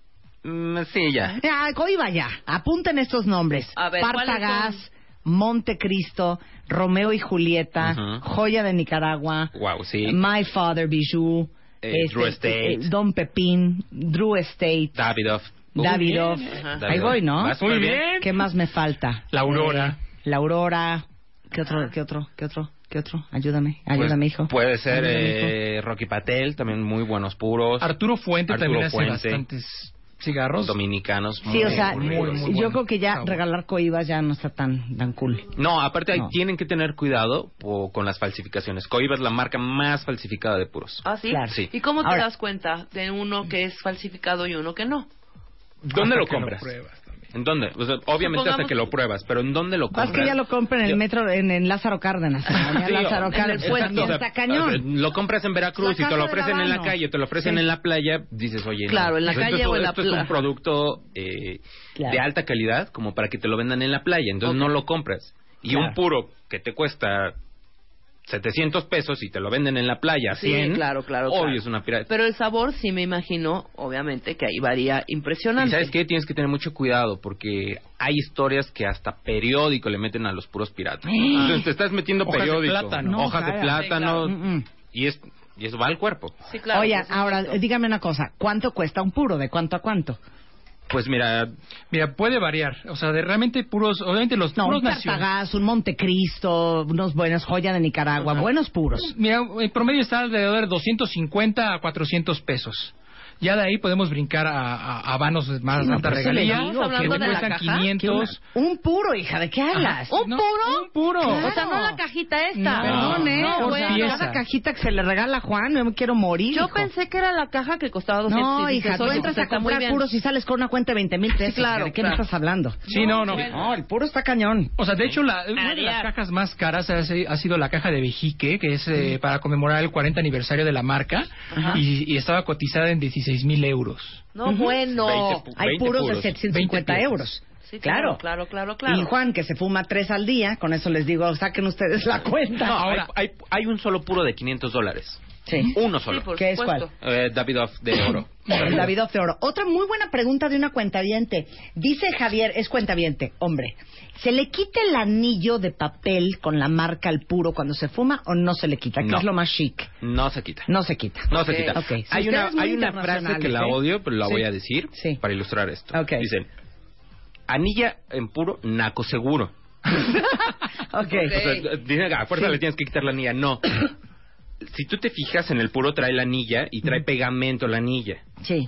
Mm, sí, ya. Ah, Coiba ya. Apunten estos nombres. A ver, Partagás, ¿cuáles son? Montecristo, Romeo y Julieta, Ujú. Joya de Nicaragua, Wow, sí. My Father Bijou, Eh, Drew Estate. eh, Don Pepín, Drew Estate, Davidoff. Davidoff. Ahí voy, ¿no? Vas Muy muy bien. bien. ¿Qué más me falta? La Aurora. Eh, la Aurora. ¿Qué otro? ¿Qué otro? ¿Qué otro? ¿Qué otro? Ayúdame, Pues, ayúdame, hijo. Puede ser Ayúdame, hijo. eh, Rocky Patel, también muy buenos puros. Arturo Fuente Arturo también hace Fuente. bastantes cigarros. Dominicanos. Sí, muy o sea, eh, buenos. muy, muy yo bueno. creo que ya Sabor. regalar coibas ya no está tan, tan cool. No, aparte ahí No. tienen que tener cuidado po- con las falsificaciones. Coiba es la marca más falsificada de puros. ¿Ah, sí? Claro. Sí. ¿Y cómo te Ahora- das cuenta de uno que es falsificado y uno que no? Hasta ¿Dónde lo Ah, que compras? pruebas también. ¿En dónde? O sea, obviamente hasta Supongamos- que lo pruebas, pero ¿en dónde lo compras? Más que ya [LAUGHS] lo compra en el Yo- metro, en, en Lázaro Cárdenas. En [LAUGHS] Sí, Lázaro o- Cárdenas. en el puesto. También o sea, está cañón. Lo compras en Veracruz La y te lo Casa de ofrecen en la Habano. calle, te lo ofrecen Sí. en la playa, dices, oye, no. Claro, en la Esto calle es- o en la esto es playa. un producto eh, Claro. de alta calidad como para que te lo vendan en la playa, entonces no lo compras. Y Claro. un puro que te cuesta 700 pesos y te lo venden en la playa, a Sí, 100. claro, claro, Obvio, claro. es una pirata. Pero el sabor sí me imagino, obviamente, que ahí varía Y impresionante. sabes qué? Tienes que tener mucho cuidado porque hay historias que hasta periódico le meten a los [GASPS] puros piratas. Entonces te estás metiendo Hojas de periódico, plátano. hojas No, de cara. plátano Mm, mm. y es y eso va al cuerpo. Sí, claro, Oye, por supuesto. ahora, dígame una cosa. ¿Cuánto cuesta un puro? ¿De cuánto a cuánto? Pues mira, Mira, puede variar. O sea, de realmente puros, obviamente los No, puros un Cartagás, un Montecristo, unos buenos joya de Nicaragua, buenos puros. Mira, el promedio está alrededor de 250 a 400 pesos. Ya de ahí podemos brincar a, a, a vanos de más Sí, no, alta pero eso le regalía, digo, que ¿hablando te de la cuestan caja? 500. Un puro, hija, ¿de qué hablas? ¿Un No, puro? Un puro. Claro. O sea, no la cajita esta. No, Perdón, ¿eh? No, por o sea, bueno. pieza. cada cajita que se le regala a Juan, yo me quiero morir. Yo hijo. pensé que era la caja que costaba 200. No, y dices, hija, tú oye, entras pues a está muy comprar bien. puros y sales con una cuenta de 20 mil pesos. claro, ¿De qué me claro. estás hablando? Sí, no, no. No, el puro está cañón. O sea, de hecho, la, una de Ariar. las cajas más caras ha, si- ha sido la caja de Vejique, que es eh, para conmemorar el 40 aniversario de la marca, y, y estaba cotizada en 16 mil euros. No, bueno. 20 pu- Hay 20 puros, Pues puros, de 750 piezas. euros. Sí, claro. Claro, claro, claro. Y Juan, que se fuma tres al día, con eso les digo, saquen ustedes la cuenta. ahora hay, hay, hay un solo puro de 500 dólares. Sí. Uno solo. Sí, por ¿Qué es supuesto. Eh, Davidoff [COUGHS] de oro. El Davidoff de Oro. Otra muy buena pregunta de una cuentaviente. Dice Javier, es cuentaviente, hombre. ¿Se le quita el anillo de papel con la marca al puro cuando se fuma o no se le quita? Que No. es lo más chic. No se quita. No se quita. No Ok. se quita. Ok. Sí, Hay, ustedes una, muy hay una frase que internacionales, la ¿eh? odio, pero la Sí. voy a decir Sí. para ilustrar esto. Ok. Dicen, anilla en puro, naco seguro. Ok. O sea, dicen, a fuerza Sí. le tienes que quitar la anilla. [COUGHS] No. si tú te fijas en el puro, trae la anilla y trae pegamento la anilla. Sí,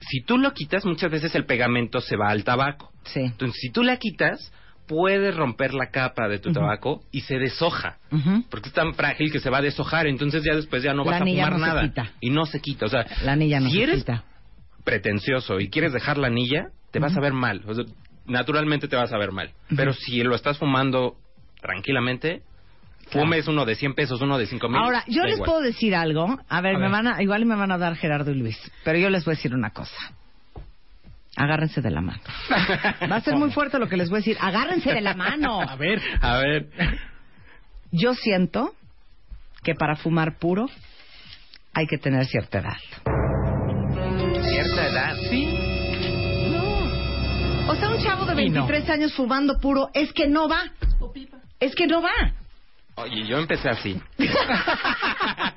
Si tú lo quitas, muchas veces el pegamento se va al tabaco. sí. Entonces, si tú la quitas, puedes romper la capa de tu tabaco y se deshoja. Ujú. Porque es tan frágil que se va a deshojar, entonces ya después ya no La vas a anilla fumar no se nada. quita. Y no se quita. O sea, La anilla no si se eres quita. pretencioso y quieres dejar la anilla, te vas a ver mal. O sea, naturalmente te vas a ver mal. Pero si lo estás fumando tranquilamente, fumes uno de 100 pesos, uno de 5 mil. Ahora, yo da les igual. puedo decir algo. A ver, A me ver. van a, igual me van a dar Gerardo y Luis, pero yo les voy a decir una cosa. Agárrense de la mano. Va a ser muy fuerte lo que les voy a decir. Agárrense de la mano. A ver. A ver, Yo siento que para fumar puro hay que tener cierta edad. cierta edad. Sí. O sea, un chavo de Y no. 23 años fumando puro es que no va. Es que no va. Oye, yo empecé así.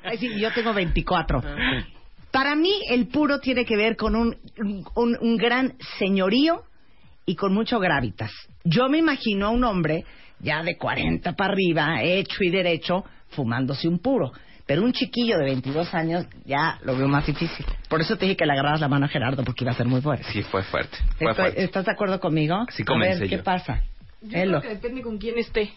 Es decir, yo tengo 24. Ah, Para mí, el puro tiene que ver con un, un, un gran señorío y con mucho gravitas. Yo me imagino a un hombre ya de 40 para arriba, hecho y derecho, fumándose un puro. Pero un chiquillo de 22 años ya lo veo más difícil. Por eso te dije que le agarras la mano a Gerardo, porque iba a ser muy bueno. Sí, fue fuerte. Fue Estoy- fuerte. ¿Estás de acuerdo conmigo? Sí, a comencé ver, ¿qué yo. pasa? Elo. depende con quién esté.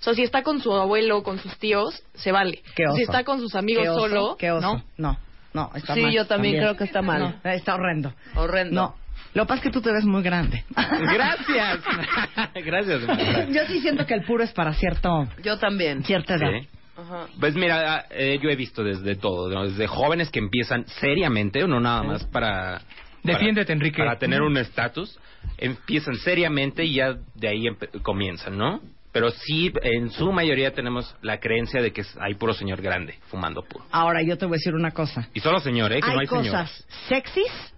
O sea, si está con su abuelo, con sus tíos, se vale. Qué oso. Si está con sus amigos ¿Qué oso? solo, ¿Qué oso? ¿no? No, no, está Sí, mal, yo también creo que está mal. No, está horrendo. Horrendo. No. Lo que pasa es que tú te ves muy grande. [LAUGHS] Gracias. [LAUGHS] Gracias. Marta. Yo sí siento que el puro es para cierto, Yo también. cierta edad. Sí. Ajá. Pues mira, eh, yo he visto desde todo, ¿no? desde jóvenes que empiezan seriamente, no nada más para... Defiéndete, para- Enrique. Para tener un estatus, empiezan seriamente y ya de ahí empe- comienzan, ¿no? Pero sí, en su mayoría tenemos la creencia de que es- hay puro señor grande fumando puro. Ahora, yo te voy a decir una cosa. Y solo señor, ¿eh? Que hay, no hay cosas señor. sexys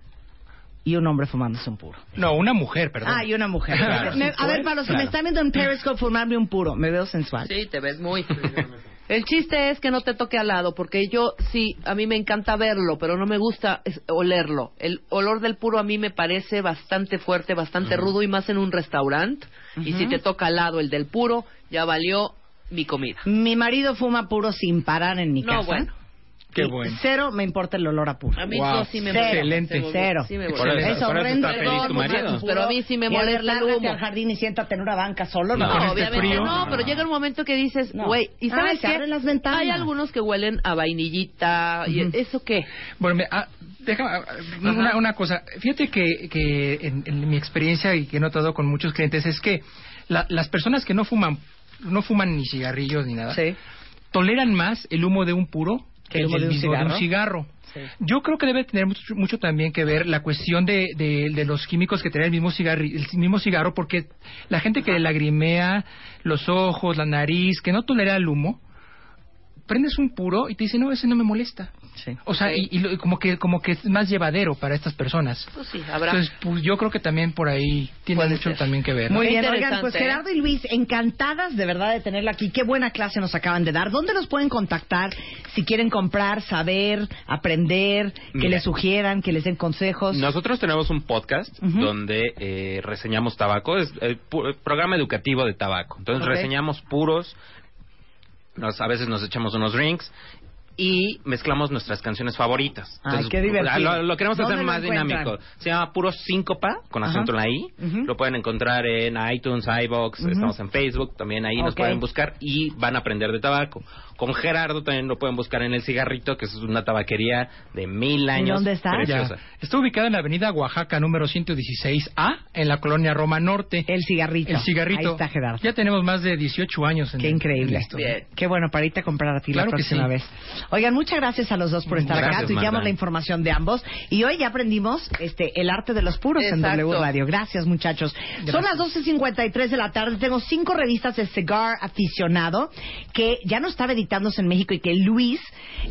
y un hombre fumándose un puro. No, una mujer, perdón. Ah, y una mujer. Claro. Me- a ver, para los que me Claro. están viendo en Periscope fumarme un puro, me veo sensual. Sí, te ves muy. [LAUGHS] El chiste es que no te toque al lado, porque yo sí, a mí me encanta verlo, pero no me gusta es- olerlo. El olor del puro a mí me parece bastante fuerte, bastante rudo y más en un restaurante. Y si te toca al lado el del puro, ya valió mi comida. Mi marido fuma puro sin parar en mi No, casa. bueno. Qué Y bueno. Cero me importa el olor a puro. A mí Wow. no, sí me Cero. molesta. Excelente. Cero. Sí me Por molesta. eso- Es por eso horrendo. está feliz tu Perdón, muchachos, marido. pero a mí sí me Y a ver, molesta el lárgate humo. al jardín y siéntate en una banca solo. No, No, con este obviamente frío. no, pero llega un momento que dices, No. güey, ¿y Ah, sabes se qué? abren las ventanas. Hay algunos que huelen a vainillita, y Ujú. ¿eso qué? Bueno, me- ah, déjame ah, una, una cosa. Fíjate que, que en, en mi experiencia y que he notado con muchos clientes es que la- las personas que no fuman, no fuman ni cigarrillos ni nada, Sí. toleran más el humo de un puro Que que el el, humo del de un mismo- de un cigarro. cigarro. Sí. Yo creo que debe tener mucho, mucho también que ver la cuestión de, de- de los químicos que tiene el mismo, cigarri- el mismo cigarro, porque la gente que lagrimea los ojos, la nariz, que no tolera el humo, prendes un puro y te dice, no, ese no me molesta. Sí. O sea, y, y lo- y como que como que es más llevadero para estas personas. Pues sí, habrá. Entonces, pues yo creo que también por ahí tiene Puede mucho ser. también que ver. ¿no? Muy Qué bien, oigan, interesante, pues ¿eh? Gerardo y Luis, encantadas de verdad de tenerlo aquí. Qué buena clase nos acaban de dar. ¿Dónde los pueden contactar si quieren comprar, saber, aprender, que Mira. les sugieran, que les den consejos? Nosotros tenemos un podcast Ujú. donde eh, reseñamos tabaco, es el pu- eh, programa educativo de tabaco. Entonces Ok. reseñamos puros, nos- a veces nos echamos unos drinks y mezclamos nuestras canciones favoritas. ah, Ay, qué divertido. Lo, lo queremos ¿Dónde hacer lo más encuentran? dinámico. Se llama Puro Síncopa, con Ajá. acento en la I. Ujú. Lo pueden encontrar en iTunes, iBox, Ujú. estamos en Facebook, también ahí nos Ok. pueden buscar y van a aprender de tabaco. Con Gerardo también lo pueden buscar en El Cigarrito, que es una tabaquería de mil años. dónde está? Ya. Preciosa. Está ubicada en la avenida Oaxaca número 116A, en la colonia Roma Norte. El cigarrito. El cigarrito. Ahí está Gerardo. Ya tenemos más de 18 años. En Qué en increíble. esto. Qué bueno para irte a comprar a ti la Claro que próxima sí. vez. Oigan, muchas gracias a los dos por estar acá. Gracias, Tuiteamos Marta. la información de ambos. Y hoy ya aprendimos este, el arte de los puros en Exacto. W Radio. Gracias, muchachos. Son las 12.53 de la tarde. Tengo cinco revistas de Cigar Aficionado que ya no estaba editado. habitándose en México y que Luis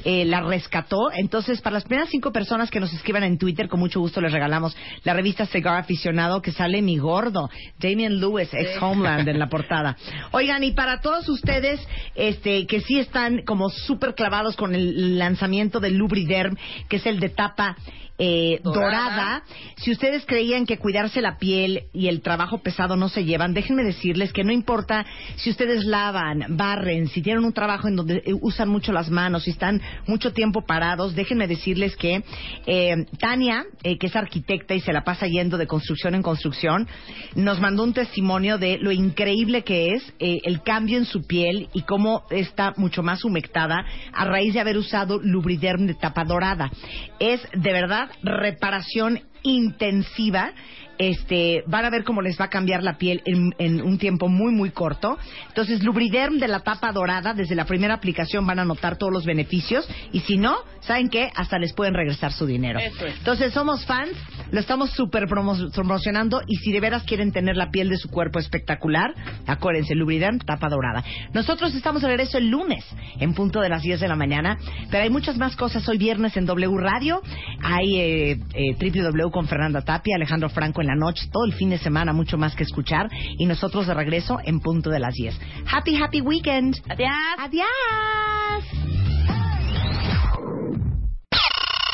eh, la rescató. Entonces, para las primeras cinco personas que nos escriban en Twitter, con mucho gusto les regalamos la revista Cigar Aficionado que sale mi gordo, Damien Lewis, ex Homeland en la portada. Oigan, y para todos ustedes este, que sí están como súper clavados con el lanzamiento del Lubriderm, que es el de tapa eh, dorada. Si ustedes creían que cuidarse la piel y el trabajo pesado no se llevan, déjenme decirles que no importa si ustedes lavan, barren, si tienen un trabajo en donde eh, usan mucho las manos, si están mucho tiempo parados, déjenme decirles que eh, Tania, eh, que es arquitecta y se la pasa yendo de construcción en construcción, nos mandó un testimonio de lo increíble que es eh, el cambio en su piel y cómo está mucho más humectada a raíz de haber usado Lubriderm de tapa dorada. Es de verdad reparación intensiva. Este, van a ver cómo les va a cambiar la piel en, en un tiempo muy, muy corto. Entonces, Lubriderm de la tapa dorada, desde la primera aplicación van a notar todos los beneficios. Y si no, ¿saben qué? Hasta les pueden regresar su dinero. Eso es. Entonces, somos fans, lo estamos súper promo- promocionando. Y si de veras quieren tener la piel de su cuerpo espectacular, acuérdense, Lubriderm, tapa dorada. Nosotros estamos de regreso el lunes, en punto de las 10 de la mañana. Pero hay muchas más cosas hoy viernes en W Radio. Hay eh, eh, W con Fernanda Tapia, Alejandro Franco en la noche, todo el fin de semana, mucho más que escuchar. Y nosotros de regreso en punto de las 10. Happy, happy weekend. Adiós. Adiós.